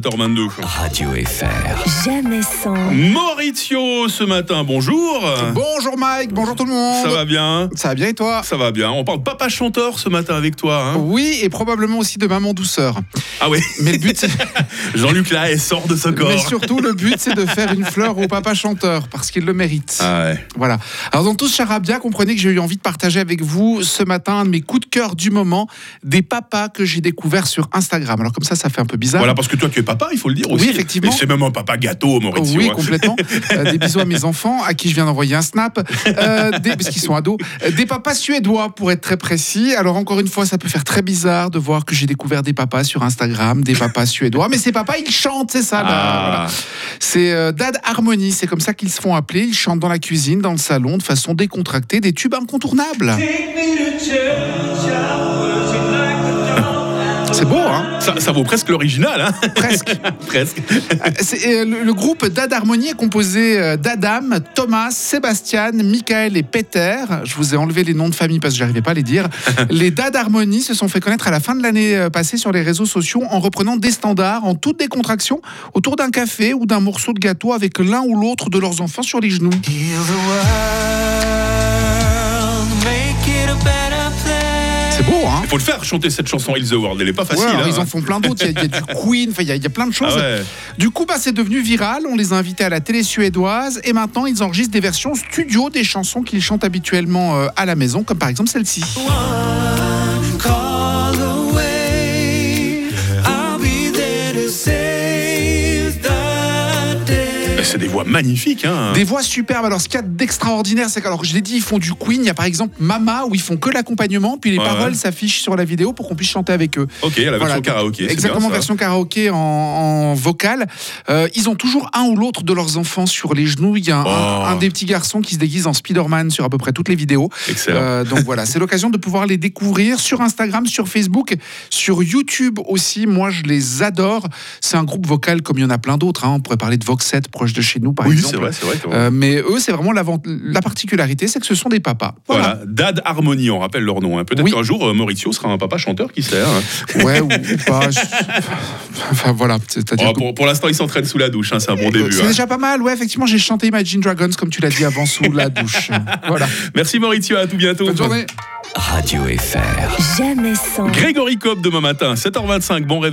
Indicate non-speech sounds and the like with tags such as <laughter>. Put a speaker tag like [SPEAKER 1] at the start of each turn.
[SPEAKER 1] 22.
[SPEAKER 2] Ah.
[SPEAKER 3] Radio FR.
[SPEAKER 4] Jamais sans.
[SPEAKER 1] Maurizio ce matin, bonjour.
[SPEAKER 2] Bonjour Mike, bonjour tout le monde.
[SPEAKER 1] Ça va bien
[SPEAKER 2] Ça va bien et toi
[SPEAKER 1] Ça va bien. On parle papa chanteur ce matin avec toi. hein
[SPEAKER 2] Oui, et probablement aussi de maman douceur.
[SPEAKER 1] ah oui,
[SPEAKER 2] Mais le
[SPEAKER 1] <laughs>
[SPEAKER 2] but, c'est-
[SPEAKER 1] Jean-Luc là, sort de ce
[SPEAKER 2] mais
[SPEAKER 1] corps.
[SPEAKER 2] surtout le but, c'est de faire une fleur au papa chanteur parce qu'il le mérite.
[SPEAKER 1] Ah ouais.
[SPEAKER 2] Voilà. Alors dans tout ce charabia, comprenez que j'ai eu envie de partager avec vous ce matin un de mes coups de cœur du moment, des papas que j'ai découverts sur Instagram. Alors comme ça, ça fait un peu bizarre.
[SPEAKER 1] Voilà, parce que toi tu es papa, il faut le dire
[SPEAKER 2] Oui,
[SPEAKER 1] aussi.
[SPEAKER 2] effectivement.
[SPEAKER 1] Mais c'est même un papa gâteau, Maurizio.
[SPEAKER 2] Oui,
[SPEAKER 1] hein.
[SPEAKER 2] complètement. Euh, des bisous à mes enfants, à qui je viens d'envoyer un snap, euh, des- parce qu'ils sont ados. Euh, Des papas suédois, pour être très précis. Alors, encore une fois, ça peut faire très bizarre de voir que j'ai découvert des papas sur Instagram, des papas suédois. Mais ces papas, ils chantent, c'est ça. là. Voilà.
[SPEAKER 1] Ah,
[SPEAKER 2] C'est euh, Dad Harmony, c'est comme ça qu'ils se font appeler. Ils chantent dans la cuisine, dans le salon, de façon décontractée, des tubes incontournables.
[SPEAKER 5] Take me to church, I worship like a dog.
[SPEAKER 2] C'est beau, hein
[SPEAKER 1] ça, ça vaut presque l'original, hein <laughs>
[SPEAKER 2] Presque.
[SPEAKER 1] Presque.
[SPEAKER 2] C'est, euh, le, le groupe Dad Harmony est composé euh, d'Adam, Thomas, Sébastien, Michael et Peter. Je vous ai enlevé les noms de famille parce que j'arrivais pas à les <laughs> dire. les Dad Harmony se sont fait connaître à la fin de l'année euh, passée sur les réseaux sociaux en reprenant des standards en toute décontraction autour d'un café ou d'un morceau de gâteau avec l'un ou l'autre de leurs enfants sur les genoux.
[SPEAKER 5] Heal the world, make it a better place.
[SPEAKER 2] C'est beau, hein
[SPEAKER 1] Il faut le faire chanter cette chanson Hills the World, elle est pas facile.
[SPEAKER 2] Ouais, alors,
[SPEAKER 1] hein.
[SPEAKER 2] Ils en font plein d'autres. Il y, a- il y a du Queen, enfin, il y, a- il y a plein de choses.
[SPEAKER 1] Ah ouais.
[SPEAKER 2] Du coup, bah, c'est devenu viral. On les a invités à la télé suédoise et maintenant ils enregistrent des versions studio des chansons qu'ils chantent habituellement euh, à la maison, comme par exemple celle-ci.
[SPEAKER 5] One call away, I'll be there to save the day.
[SPEAKER 1] Bah, C'est des voix magnifiques. Hein.
[SPEAKER 2] Des voix superbes. Alors, ce qu'il y a d'extraordinaire, c'est que, alors, je l'ai dit, ils font du Queen. Il y a par exemple Mama où ils font que l'accompagnement, puis les
[SPEAKER 1] Ouais,
[SPEAKER 2] paroles
[SPEAKER 1] ouais.
[SPEAKER 2] s'affichent sur la vidéo pour qu'on puisse chanter avec eux.
[SPEAKER 1] Ok, à la version
[SPEAKER 2] Voilà, donc,
[SPEAKER 1] karaoké. c'est
[SPEAKER 2] Exactement,
[SPEAKER 1] bien, ça.
[SPEAKER 2] version karaoké en, en vocal. Euh, ils ont toujours un ou l'autre de leurs enfants sur les genoux. Il y a un,
[SPEAKER 1] Oh.
[SPEAKER 2] un des petits garçons qui se déguise en Spider-Man sur à peu près toutes les vidéos.
[SPEAKER 1] Excellent.
[SPEAKER 2] Euh, donc voilà, c'est l'occasion de pouvoir les découvrir sur Instagram, sur Facebook, sur YouTube aussi. Moi, je les adore. C'est un groupe vocal comme il y en a plein d'autres. hein. On pourrait parler de Vox 7 proche de chez nous, par
[SPEAKER 1] oui,
[SPEAKER 2] exemple.
[SPEAKER 1] c'est vrai, c'est vrai. quand même.
[SPEAKER 2] Euh, mais eux, c'est vraiment la, la particularité, c'est que ce sont des papas.
[SPEAKER 1] Voilà. Dad Harmony, on rappelle leur nom. hein. Peut-être
[SPEAKER 2] Oui.
[SPEAKER 1] qu'un jour, euh, Maurizio sera un papa chanteur, qui sait. hein.
[SPEAKER 2] Ouais, ou, ou pas. je- <laughs> Enfin voilà, c'est-à-dire
[SPEAKER 1] Oh,
[SPEAKER 2] que-
[SPEAKER 1] pour pour l'instant, il s'entraîne sous la douche, hein, c'est un bon
[SPEAKER 2] Euh,
[SPEAKER 1] début.
[SPEAKER 2] C'est
[SPEAKER 1] hein.
[SPEAKER 2] déjà pas mal, ouais, effectivement, j'ai chanté Imagine Dragons, comme tu l'as dit avant, sous la douche. Voilà.
[SPEAKER 1] Merci Maurizio, à tout bientôt.
[SPEAKER 2] Bonne journée.
[SPEAKER 3] Radio FR.
[SPEAKER 4] Jamais sans.
[SPEAKER 1] Grégory Cobb demain matin, 7h25, bon réveil.